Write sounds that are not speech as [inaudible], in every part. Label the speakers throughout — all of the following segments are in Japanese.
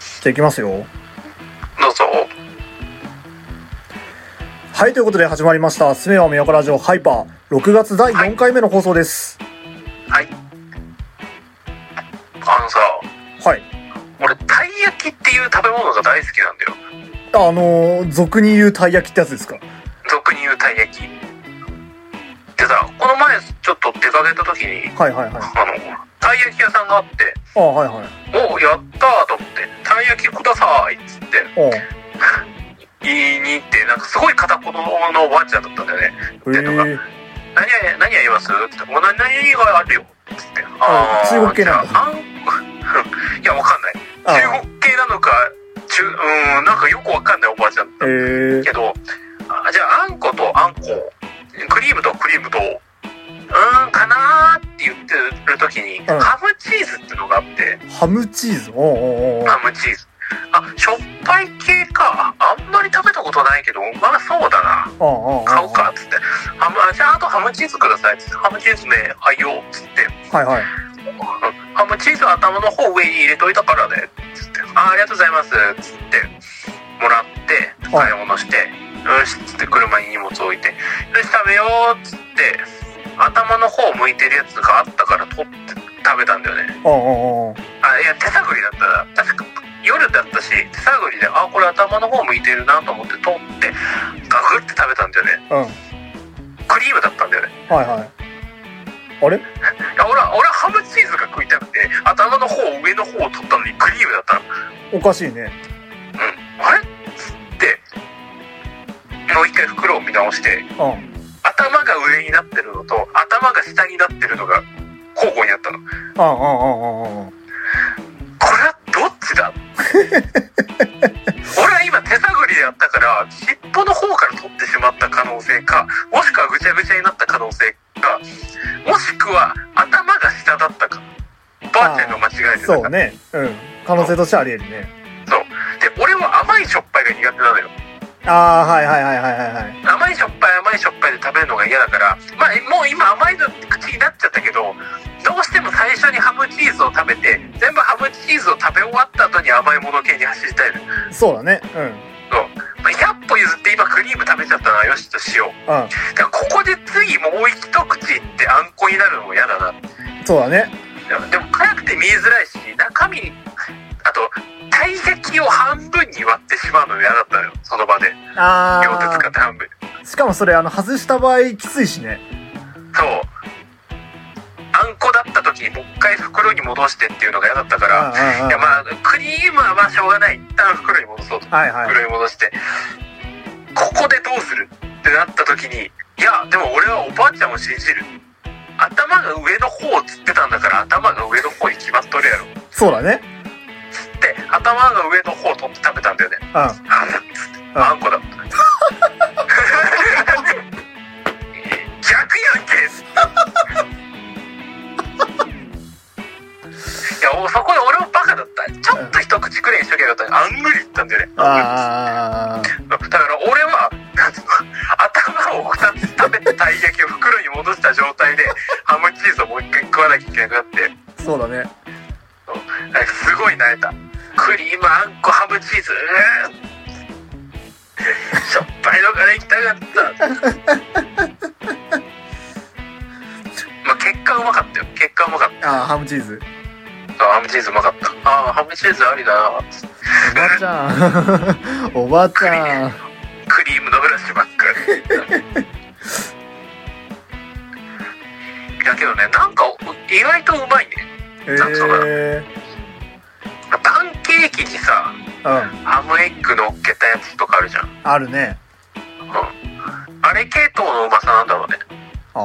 Speaker 1: していきますよ
Speaker 2: どうぞ
Speaker 1: はいということで始まりました「すめはみやこラジオハイパー」6月第4回目の放送です
Speaker 2: はいあのさ
Speaker 1: はい
Speaker 2: 俺たい焼きっていう食べ物が大好きなんだよ
Speaker 1: あのー俗に言うたい焼きってやつですか
Speaker 2: 俗に言うたい焼きでさこの前ちょっと出かけた時に
Speaker 1: はいはいはい
Speaker 2: あのたい焼き屋さんがあって
Speaker 1: あはいはい
Speaker 2: おやったーと思って「たい焼きください」っつって
Speaker 1: あ
Speaker 2: 言いに行ってなんかすごい片言のおばあちゃんだったんだよね
Speaker 1: へえ
Speaker 2: 「何や何やります?」って言って「お何何があるよ」っつって「あー
Speaker 1: 中国系なんだ
Speaker 2: じゃああん [laughs] いやわかんない
Speaker 1: あ
Speaker 2: 中国系なのか中うーんなんかよくわかんないおばあちゃんだっ
Speaker 1: へえ
Speaker 2: たけどあじゃああんことあんこクリームとクリームとうーんかなーって言ってる時に、
Speaker 1: ん
Speaker 2: ハムチーズってのがあって
Speaker 1: ハムチーズおうおうおう
Speaker 2: ハムチーズ。あ、しょっぱい系か。あんまり食べたことないけど、うまそうだな。
Speaker 1: あああ
Speaker 2: 買おうか、つって。ハム、あじゃあ、あとハムチーズください、つって。ハムチーズね、あいよ、つって。
Speaker 1: はいはい
Speaker 2: うんハムチーズ頭の方上に入れといたからね、つって。あありがとうございます、つって。もらって、
Speaker 1: はい
Speaker 2: 買い物して、よし、つって車に荷物置いて、よし、食べよう、つって。頭の方向いてるやつがあったから取って食べたんだよね。
Speaker 1: ああああ
Speaker 2: あいや手探りだったら確か夜だったし手探りであこれ頭の方向いてるなと思って取ってガグって食べたんだよね
Speaker 1: うん
Speaker 2: クリームだったんだよね
Speaker 1: はいはいあれ
Speaker 2: いや俺は俺はハムチーズが食いたくて頭の方上の方を取ったのにクリームだったの
Speaker 1: おかしいね
Speaker 2: あれっつってもう一回袋を見直して
Speaker 1: うん
Speaker 2: 頭が上になってるのと頭が下になってるのが交互にあったのこ
Speaker 1: ああああああ
Speaker 2: れはどっち
Speaker 1: [laughs]
Speaker 2: だ俺は今手探りでやったから尻尾の方から取ってしまった可能性かもしくはぐちゃぐちゃになった可能性かもしくは頭が下だったかばあちゃんが間違えてた
Speaker 1: そ
Speaker 2: か
Speaker 1: うねうん可能性としてはあり得るね
Speaker 2: で俺は甘いしょっぱいが苦手なのよ
Speaker 1: ああはいはいはいはいはいはい
Speaker 2: 甘いしょっぱい甘いしょっぱいで食べるのが嫌だからまあもう今甘いのって口になっちゃったけどどうしても最初にハムチーズを食べて全部ハムチーズを食べ終わった後に甘いもの系に走りたいの、
Speaker 1: そうだねうんうん
Speaker 2: まあ、100歩譲って今クリーム食べちゃったなよしとしようだからここで次もう一口いってあんこになるのも嫌だな
Speaker 1: そうだね
Speaker 2: でも辛くて見えづらいし中身にあとたい焼きを半分に割ってしまうの嫌だったのよその場で
Speaker 1: あ
Speaker 2: 両手使って半分
Speaker 1: あしかもそれあの外した場合きついしね
Speaker 2: そうあんこだった時にもう一回袋に戻してっていうのが嫌だったか
Speaker 1: うん
Speaker 2: ら
Speaker 1: うんうん
Speaker 2: いやまあクリームはまあしょうがない一旦袋に戻そうと
Speaker 1: はいはい
Speaker 2: 袋に戻してここでどうするってなった時にいやでも俺はおばあちゃんを信じる頭が上の方をつってたんだから頭が上の方に決まっとるやろ
Speaker 1: そうだね
Speaker 2: つって頭が上の方を取って食べたんだよね
Speaker 1: うん
Speaker 2: あだっつってあんこだ逆やんけいやもうそこで俺もバカだったちょっと一口くらいにしとけばよかったあんぐりいったんだよね
Speaker 1: ああ
Speaker 2: だから俺はなんつうの頭を2つ食べてたい焼きを袋に戻した状態でハムチーズをもう一回食わなきゃいけなくなって
Speaker 1: そうだね
Speaker 2: なんかすごい泣いたクリームあんこハムチーズうーんしょっぱいのから行きたかったまあ結果うまかったよ結果うまかっ
Speaker 1: ああハムチーズ
Speaker 2: たあハムチーズうまかったああハムチーズありだな
Speaker 1: おばちゃん [laughs] おばちゃ
Speaker 2: [laughs]
Speaker 1: ん
Speaker 2: クリームのブラシばっかりだけどねなんか意外とうまいね
Speaker 1: ええ
Speaker 2: パンケーキにさ
Speaker 1: うん
Speaker 2: ハムエッグ乗っけたやつとかあるじゃん
Speaker 1: あるね
Speaker 2: うんあれ系統のうまさなんだろうね
Speaker 1: あ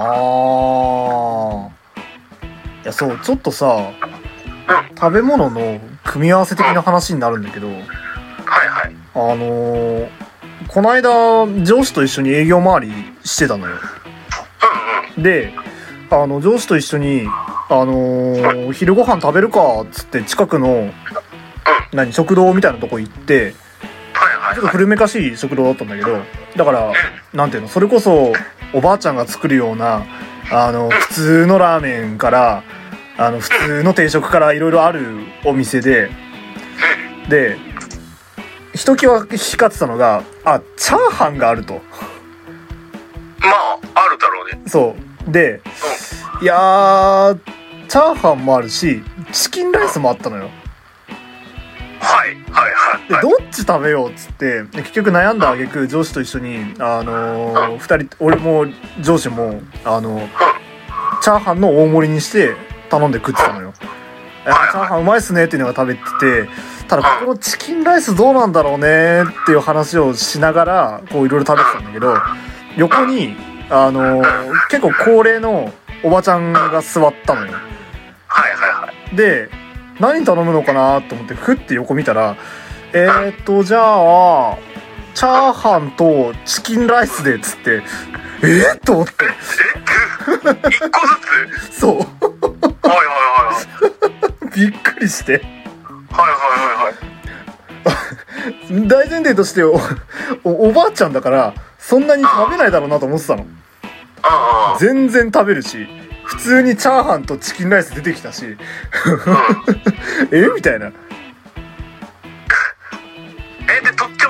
Speaker 1: あいやそうちょっとさ食べ物の組み合わせ的な話になるんだけど
Speaker 2: はいはい
Speaker 1: あのー、この間上司と一緒に営業回りしてたのよ
Speaker 2: うんうん
Speaker 1: であの上司と一緒にあのー昼ご飯食べるかっつって近くの何食堂みたいなとこ行って
Speaker 2: はいはい
Speaker 1: ちょっと
Speaker 2: はい
Speaker 1: 古めかしい食堂だったんだけどだからなんていうのそれこそおばあちゃんが作るようなあの普通のラーメンからあの普通の定食からいろいろあるお店ででひときわ光ってたのが、あ、チャーハンがあると。
Speaker 2: まあ、あるだろうね。
Speaker 1: そう。で、いやー、チャーハンもあるし、チキンライスもあったのよ。
Speaker 2: はい、はい、はい
Speaker 1: で、
Speaker 2: はい。
Speaker 1: どっち食べようっつって、で結局悩んだ挙句上司と一緒に、あのー二人、俺も上司も、あのーチャーハンの大盛りにして頼んで食ってたのよ。いやチャーハンうまいっすねっていうのが食べてて、ただここのチキンライスどうなんだろうねっていう話をしながら、こういろいろ食べてたんだけど、横に、あのー結構高齢のおばちゃんが座ったのよ。
Speaker 2: はい、はい、はい。
Speaker 1: で何頼むのかなと思ってふって横見たらえー、っとじゃあチャーハンとチキンライスでっつってえっ、と思って
Speaker 2: え一個ずつ
Speaker 1: そう
Speaker 2: はい、はい、はい。
Speaker 1: びっくりして
Speaker 2: はい、はい、はい、はい。
Speaker 1: 大前提としておおおばあちゃんだからそんなに食べないだろうなと思ってたの
Speaker 2: あ
Speaker 1: 全然食べるし普通にチャーハンとチキンライス出てきたし
Speaker 2: あ、うん。
Speaker 1: えみたいな
Speaker 2: え、で、どっちも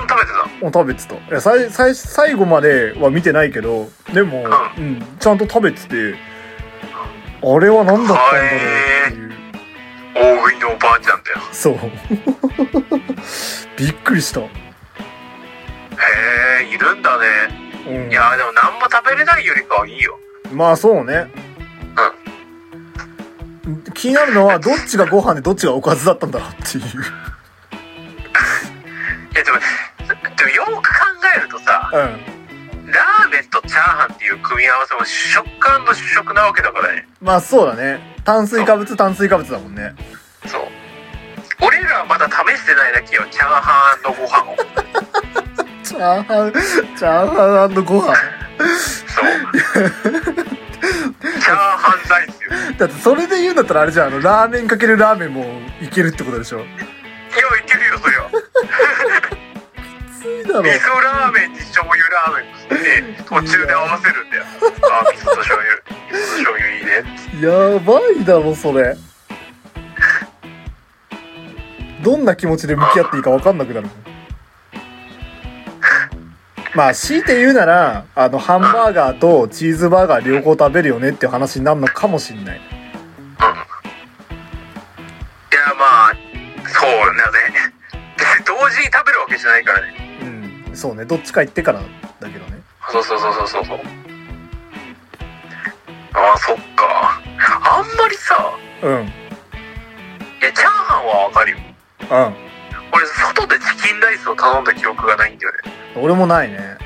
Speaker 2: 食べてた
Speaker 1: もう食べてたいや最最最後までは見てないけどでも、
Speaker 2: う
Speaker 1: うん、ちゃんと食べててあれは何だったんだろうっていう、
Speaker 2: 大食いのおばあちゃんだよ。
Speaker 1: そう [laughs] びっくりした、う
Speaker 2: へえ、いるんだね。
Speaker 1: ん
Speaker 2: い、やーでも何も食べれないよりかはいいよ。
Speaker 1: まあそうね気になるのはどっちがご飯でどっちがおかずだったんだろうっていう
Speaker 2: いやでも、でもよく考えるとさ、
Speaker 1: うん
Speaker 2: ラーメンとチャーハンっていう組み合わせも主食感の主食なわけだからね。
Speaker 1: まあそうだね炭水化物炭水化物だもんね
Speaker 2: そう。俺らはまだ試してないだけよ、チャーハンのご飯を。
Speaker 1: チャーハンチャーハンご飯
Speaker 2: そう。チャーハン大好きよ。
Speaker 1: だってそれで言うんだったらあれじゃんあのラーメンかけるラーメンもいけるってことでしょ
Speaker 2: いや、いけるよ、それは。
Speaker 1: ついだろ
Speaker 2: 味噌ラーメンに醤油ラーメンにして、途中で合わせるんだよ。あ、味噌と醤油。味噌と醤油いいね。
Speaker 1: やばいだろそれどんな気持ちで向き合っていいか分かんなくなるもんまあ強いて言うならあのハンバーガーとチーズバーガー両方食べるよねっていう話になるのかもしんない
Speaker 2: いやまあそうだね同時に食べるわけじゃないからね
Speaker 1: うんそうねどっちか行ってからだけどね
Speaker 2: そうそうそうそうそうそうああそっかあんまりさ
Speaker 1: うんうん
Speaker 2: いやチャーハンはわかるよ俺外でチキンライスを頼んだ記憶がないんだよね
Speaker 1: 俺もないね
Speaker 2: いや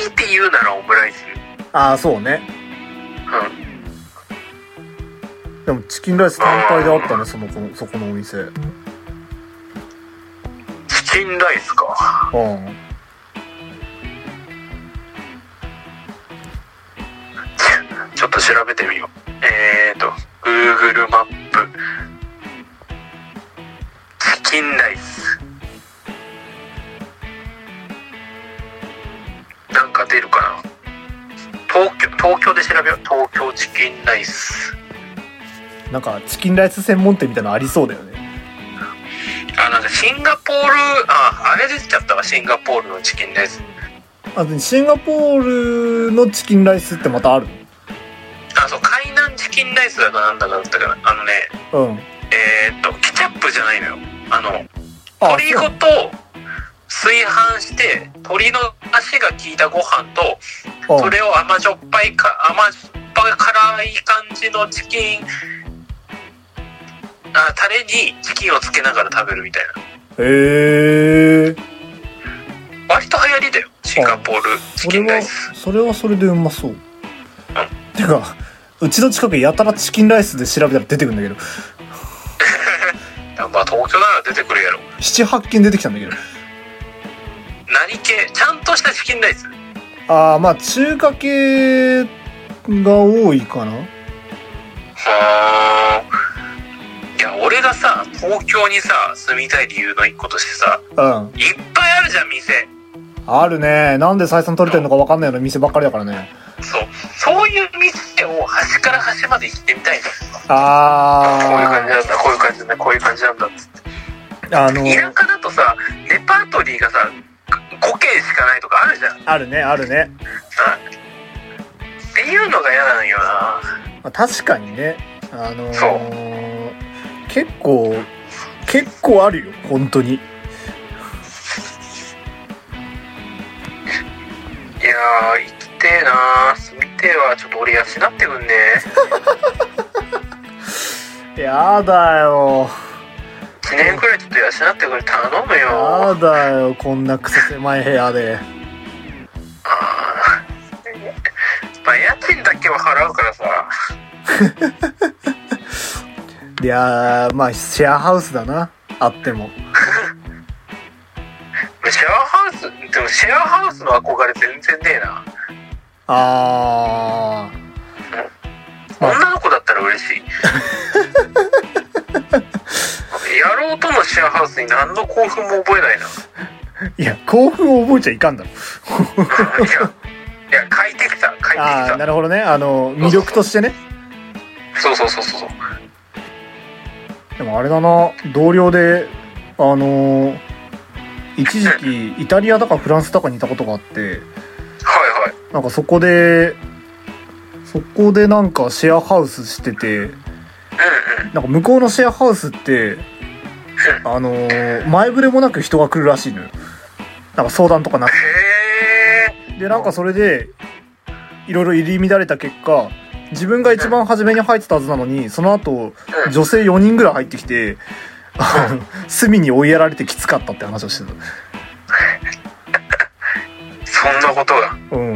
Speaker 2: 強いて言うならオムライス
Speaker 1: ああそうね
Speaker 2: うん
Speaker 1: でもチキンライス単体であったねそのこのそこのお店うん
Speaker 2: チキンライスかちょっと調べてみようえーと Google マップチキンライスなんか出るかな東京東京で調べよう東京チキンライス
Speaker 1: なんかチキンライス専門店みたいなのありそうだよね
Speaker 2: あなんかシンガポールああれ出てちゃったわシンガポールのチキンライス
Speaker 1: あでシンガポールのチキンライスってまたある
Speaker 2: あそう海南チキンライスだかなんだかだったからあのね
Speaker 1: のうん
Speaker 2: えー、っとケチャップじゃないのよあの
Speaker 1: あ
Speaker 2: 鶏ごと炊飯して鶏の出汁が効いたご飯と
Speaker 1: そう
Speaker 2: それを甘じょっぱいか甘じょっぱい辛い感じのチキンあタレにチキンをつけながら食べるみたい
Speaker 1: へえ
Speaker 2: な割と流行りだよシンガポールチ
Speaker 1: そ
Speaker 2: キ
Speaker 1: れ
Speaker 2: ンラ
Speaker 1: は
Speaker 2: イス
Speaker 1: それはそれでうまそうてかうちの近くやたらチキンライスで調べたら出てくるんだけど
Speaker 2: まあ東京なら出てくるやろ
Speaker 1: 78件出てきたんだけど
Speaker 2: 何系ちゃんとしたチキンライス
Speaker 1: ああまあ中華系が多いかな
Speaker 2: はーいや俺がさ東京にさ住みたい理由の一個としてさ
Speaker 1: うん
Speaker 2: いっぱいあるじゃん店
Speaker 1: あるねなんで採算取れてんのか分かんないような店ばっかりだからね
Speaker 2: そう、そういう店を端から端まで行ってみたいんだこういう感じ
Speaker 1: あ
Speaker 2: なんだ、こういう感じなんだ、こういう感じなんだっつって。
Speaker 1: ああの
Speaker 2: 田舎だとさ、さレパートリーがさ5件しかないとかあるじゃん
Speaker 1: あるねあるね、
Speaker 2: さっていうのが嫌なんよな
Speaker 1: まあ、確かにねあのー
Speaker 2: そ
Speaker 1: 結構結構あるよ本当に
Speaker 2: いやー行きてえな住みてえわちょっと俺養ってくんね
Speaker 1: やだよ
Speaker 2: 1年くらいちょっと養ってくれ頼むよ
Speaker 1: やだよこんなクソ狭い部屋で
Speaker 2: あーまあ家賃だけは払うからさ
Speaker 1: いやーまあシェアハウスだなあっても
Speaker 2: シェアハウスでもシェアハウスの憧れ全然ねえな
Speaker 1: あーまあ
Speaker 2: 女の子だったら嬉しい [laughs] 野郎とのシェアハウスに何の興奮も覚えないな
Speaker 1: いや興奮を覚えちゃいかんだろ
Speaker 2: いやいや快適さ快
Speaker 1: ああ
Speaker 2: 適
Speaker 1: なるほどねあの魅力としてね
Speaker 2: さそうそうそうそうそう
Speaker 1: でもあれだな同僚であのー一時期イタリアだかフランスだかにいたことがあって
Speaker 2: はいはい
Speaker 1: なんかそこでそこでなんかシェアハウスしてて
Speaker 2: うんうん
Speaker 1: なんか向こうのシェアハウスってあのー前触れもなく人が来るらしいのよなんか相談とかなくて
Speaker 2: へえ
Speaker 1: でなんかそれでいろいろ入り乱れた結果自分が一番初めに入ってたはずなのにその後
Speaker 2: うん
Speaker 1: 女性4人ぐらい入ってきてあの隅に追いやられてきつかったって話をして
Speaker 2: そんなことがい
Speaker 1: たうん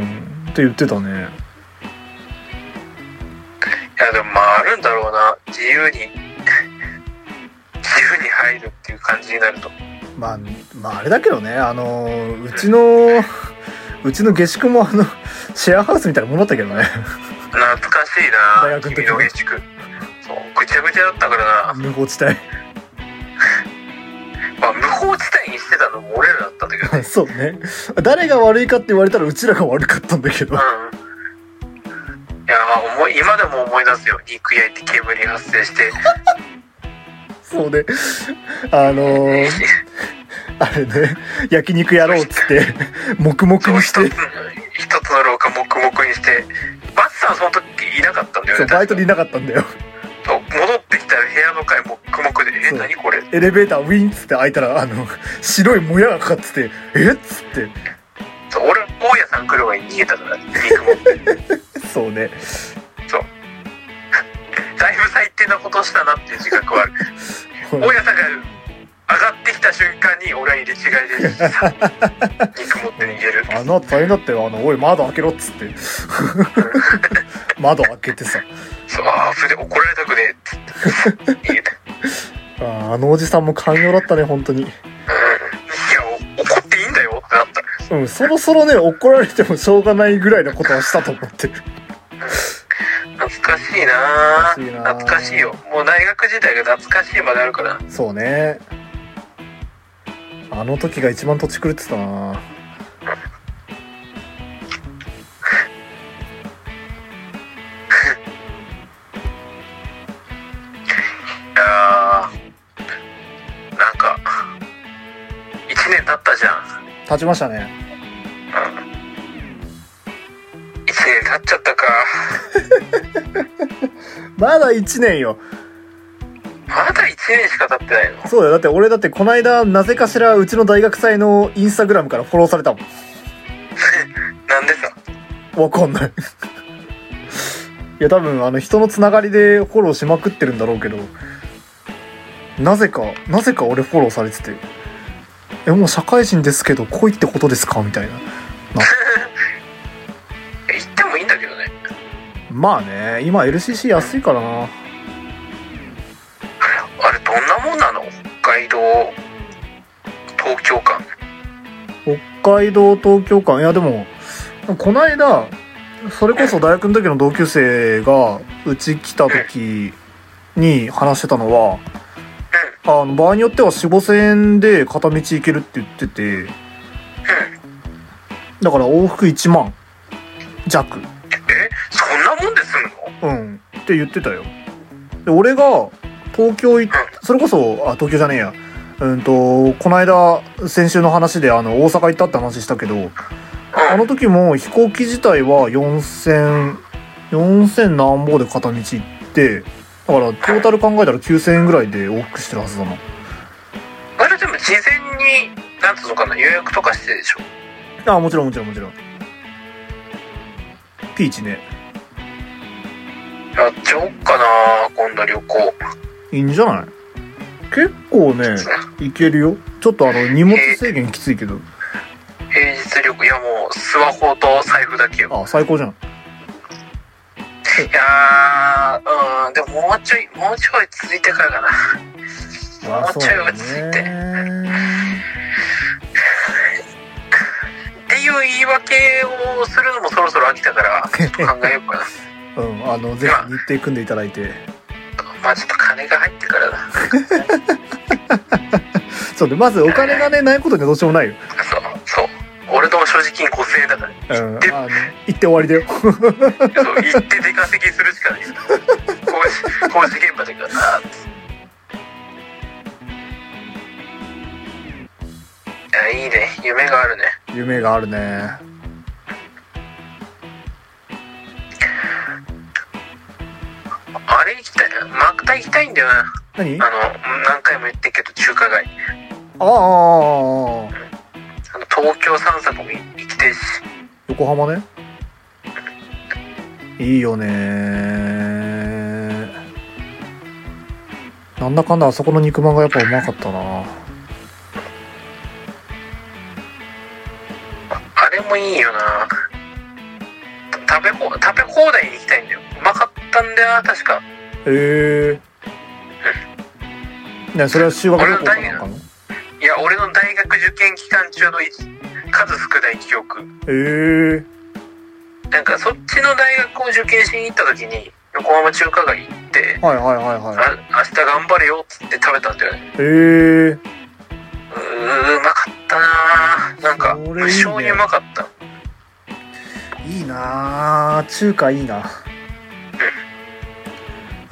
Speaker 1: って言ってたね
Speaker 2: やでもまああるんだろうな自由に自由に入るっていう感じになると
Speaker 1: まあまああれだけどねあのーうちのうちの下宿もあのシェアハウスみたいなものだったけどね
Speaker 2: 懐かしいな
Speaker 1: 大学の時
Speaker 2: 君の下宿そうぐちゃぐちゃだったからな、
Speaker 1: 無法地帯 [laughs]
Speaker 2: まあ、無法地帯にしてたのも俺らだったんだけど
Speaker 1: そうね誰が悪いかって言われたらうちらが悪かったんだけど
Speaker 2: うんいやまあ思い今でも思い出すよ肉焼いて煙発生して
Speaker 1: そうねあのーあれね焼肉やろうっつって黙々
Speaker 2: そう
Speaker 1: にし
Speaker 2: 一つの
Speaker 1: て
Speaker 2: 一つの廊下黙々にしてバツさんその時いなかったんだよ
Speaker 1: そ
Speaker 2: ね
Speaker 1: うバイト
Speaker 2: 確
Speaker 1: にいなかったんだよ
Speaker 2: か戻ってきたら部屋の階黙々で「え
Speaker 1: そう
Speaker 2: 何これ?」
Speaker 1: エレベーターウィンっつって開いたらあの白いもやがかかっててえっつって
Speaker 2: そう俺大家さん来る前に逃げたから肉
Speaker 1: [laughs]
Speaker 2: も
Speaker 1: そうね
Speaker 2: だいぶ最低なことしたなっていう自覚はある
Speaker 1: ほら
Speaker 2: 大家さんが上がってきた瞬間に俺は入れ違いでさ肉持って逃げ
Speaker 1: [laughs]
Speaker 2: る
Speaker 1: あの後大変だったよあのおい窓開けろっつって窓開けてさ
Speaker 2: そうああそれで怒られたくねえっつって逃げた
Speaker 1: あーあのおじさんも寛容だったね本当に
Speaker 2: うんいやお怒っていいんだよってなった
Speaker 1: うんそろそろね怒られてもしょうがないぐらいのことはしたと思ってる
Speaker 2: 懐かしいな
Speaker 1: 懐かしいな
Speaker 2: 懐かしいよもう大学時代が懐かしいまであるから
Speaker 1: そうねあの時が一番土地狂ってたな
Speaker 2: ないやーなんか1年経ったじゃん
Speaker 1: 立ちましたね
Speaker 2: 1年経っちゃったか
Speaker 1: まだ1年よ
Speaker 2: まだ1年しか経ってないの
Speaker 1: そうだよだって俺だってこないだなぜかしらうちの大学祭のインスタグラムからフォローされたもん
Speaker 2: なんでさ
Speaker 1: わかんないいや多分あの人のつながりでフォローしまくってるんだろうけどなぜかなぜか俺フォローされてて「えもう社会人ですけど恋ってことですか?」みたいな
Speaker 2: え行ってもいいんだけどね
Speaker 1: まあね今 LCC 安いからな
Speaker 2: あれどんなもんなの北海道東京間
Speaker 1: 北海道東京間いやでもこないだそれこそ大学の時の同級生がうち来た時に話してたのはあの場合によっては4,5000円で片道行けるって言っててだから往復1万弱
Speaker 2: えそんなもんで済むの
Speaker 1: うんって言ってたよで俺が東京行っ
Speaker 2: う
Speaker 1: それこそあ東京じゃねえやうんと、この間、先週の話で、あの、大阪行ったって話したけど、あの時も飛行機自体は4000、4000何ぼで片道行って、だから、トータル考えたら9000円ぐらいで往復してるはずだな。
Speaker 2: あれでも事前になんつうのかな予約とかしてでしょ
Speaker 1: ああ、もちろんもちろんもちろん。ピーチね。
Speaker 2: やっちゃおっかな今度旅行
Speaker 1: いいんじゃない結構ね、いけるよ。ちょっとあの、荷物制限きついけど。
Speaker 2: 平日旅行いやもうスマホと財布だけよ
Speaker 1: ああ、最高じゃん。
Speaker 2: いやーうんでももうちょいもうちょい続いてからかなもうちょい落ち着いてっていう言い訳をするのもそろそろ飽きたからちょっと考えようかな [laughs]
Speaker 1: うん、あの、ぜひ日程組んでいただいて。
Speaker 2: まあちょっと金が入ってからだ
Speaker 1: そうで、まずお金がね、ないことにはどうしようもないよ。
Speaker 2: そうそう俺の正直に5000円だから
Speaker 1: うん、
Speaker 2: で
Speaker 1: あの、行って終わりだよ。
Speaker 2: そう行って出稼ぎするしかないよ工事工事現場でからなっていやいいね夢があるね
Speaker 1: 夢があるね。
Speaker 2: あれ行きたいまた行きたいんだよな
Speaker 1: 何あ
Speaker 2: あの何回も言ってるけど中華街
Speaker 1: あああ、
Speaker 2: あの東京散策も行きたいし
Speaker 1: 横浜ね。いいよねなんだかんだあそこの肉まんがやっぱうまかったな。
Speaker 2: あれもいいよなた食べ放食べ放題に行きたいんだようまかったんだよな確か
Speaker 1: ええねそれは修学旅行かなんかの
Speaker 2: いや俺の大学受験期間中の一数少ない記憶
Speaker 1: ええ
Speaker 2: なんかそっちの大学を受験しに行った時に横浜中華街行って
Speaker 1: はいはいはい
Speaker 2: あ
Speaker 1: はい。
Speaker 2: 明日頑張れよっつって食べたんだよね
Speaker 1: ええ
Speaker 2: うーうまかったなーなんか
Speaker 1: それいいね
Speaker 2: 無性にうまかった
Speaker 1: いいなあ中華いいな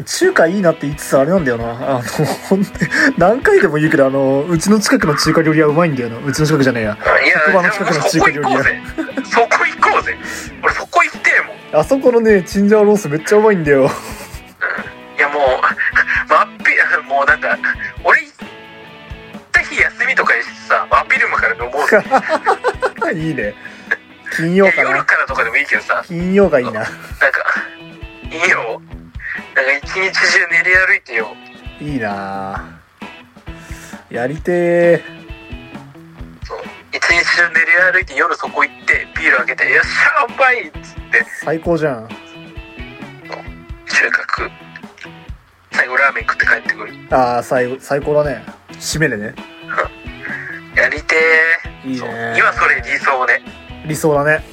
Speaker 1: 中華いいなって言いつつあれなんだよな。あの、ほん何回でも言うけど、あの、うちの近くの中華料理屋うまいんだよな。うちの近くじゃねえや。
Speaker 2: い
Speaker 1: 職場
Speaker 2: やで
Speaker 1: の
Speaker 2: も
Speaker 1: 近くの
Speaker 2: そ
Speaker 1: 中
Speaker 2: こ
Speaker 1: 華料
Speaker 2: 行こう
Speaker 1: 理
Speaker 2: ぜそこ行こうぜ俺そこ行ってえもん
Speaker 1: あそこのね、チンジャオロースめっちゃうまいんだよ。
Speaker 2: いやもう [laughs] まっぴ [laughs] もうなんか俺行った日休みとかにしてさ真っ昼間から飲もうぜ
Speaker 1: いいね。金
Speaker 2: い
Speaker 1: 曜
Speaker 2: や
Speaker 1: か
Speaker 2: 夜
Speaker 1: な。
Speaker 2: からとかでもいいけどさ
Speaker 1: 金曜がいいな。
Speaker 2: なんかいいよなんか一日中練り歩いてよ
Speaker 1: いいなあやりてえ。
Speaker 2: そう一日中練り歩いて夜そこ行ってビール開けて「よっしゃうまい!」っつって
Speaker 1: 最高じゃん。
Speaker 2: 中学最後ラーメン食って帰ってくる
Speaker 1: ああ、最後、最高だね。締めでね。
Speaker 2: やりて
Speaker 1: いい
Speaker 2: ー
Speaker 1: ね。
Speaker 2: 今それ理想ね
Speaker 1: 理想だね。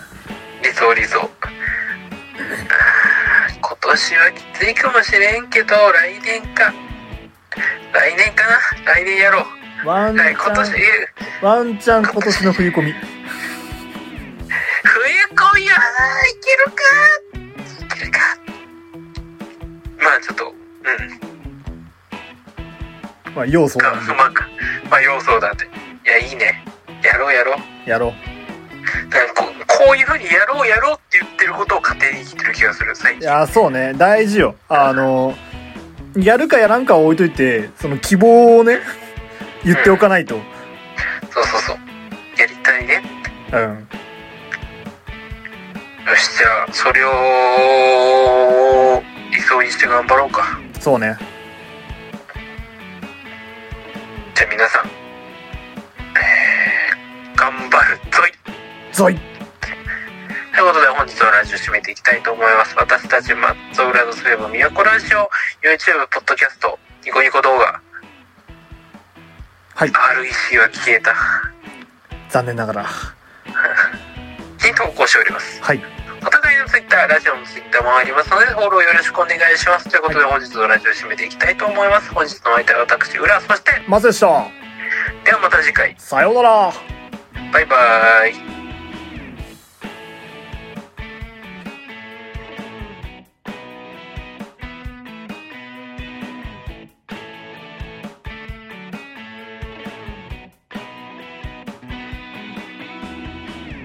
Speaker 2: 理想理想 [sighs] あー今年はきついかもしれんけど来年か来年かな来年やろう
Speaker 1: ワンチ
Speaker 2: 来今
Speaker 1: ャ
Speaker 2: 年
Speaker 1: ン、ワンチャン今年の冬込み。
Speaker 2: 冬今夜いけるかいけるかまあちょっとうん
Speaker 1: まあ、要素
Speaker 2: か
Speaker 1: なん
Speaker 2: う
Speaker 1: で、
Speaker 2: まくまあ要素だっていやいいねやろうやろう
Speaker 1: やろう。
Speaker 2: なんかこうこういうふうにやろうやろうって言ってることを家庭に生きてる気がする最
Speaker 1: い
Speaker 2: 近
Speaker 1: やー、そうね。大事よ。あの、やるかやらんかは置いといて、その希望をね、 [laughs] 言っておかないと。
Speaker 2: そうそうそうやりたいね
Speaker 1: うん。
Speaker 2: よしじゃあそれを理想にして頑張ろうか
Speaker 1: そうね。
Speaker 2: じゃあ皆さん、えー頑張るぞい
Speaker 1: ぞい
Speaker 2: ということで本日のラジオ締めていきたいと思います私たちマッツオブラドスウェブ宮古ラジオ YouTube ポッドキャストニコニコ動画
Speaker 1: はい
Speaker 2: REC は消えた
Speaker 1: 残念ながら。
Speaker 2: に投稿しております
Speaker 1: はい。
Speaker 2: お互いの Twitter ラジオの Twitter もありますのでフォローよろしくお願いしますということで本日のラジオ締めていきたいと思います本日のお相手は私浦そして
Speaker 1: まずでした。
Speaker 2: ではまた次回
Speaker 1: さようなら。
Speaker 2: バイバイ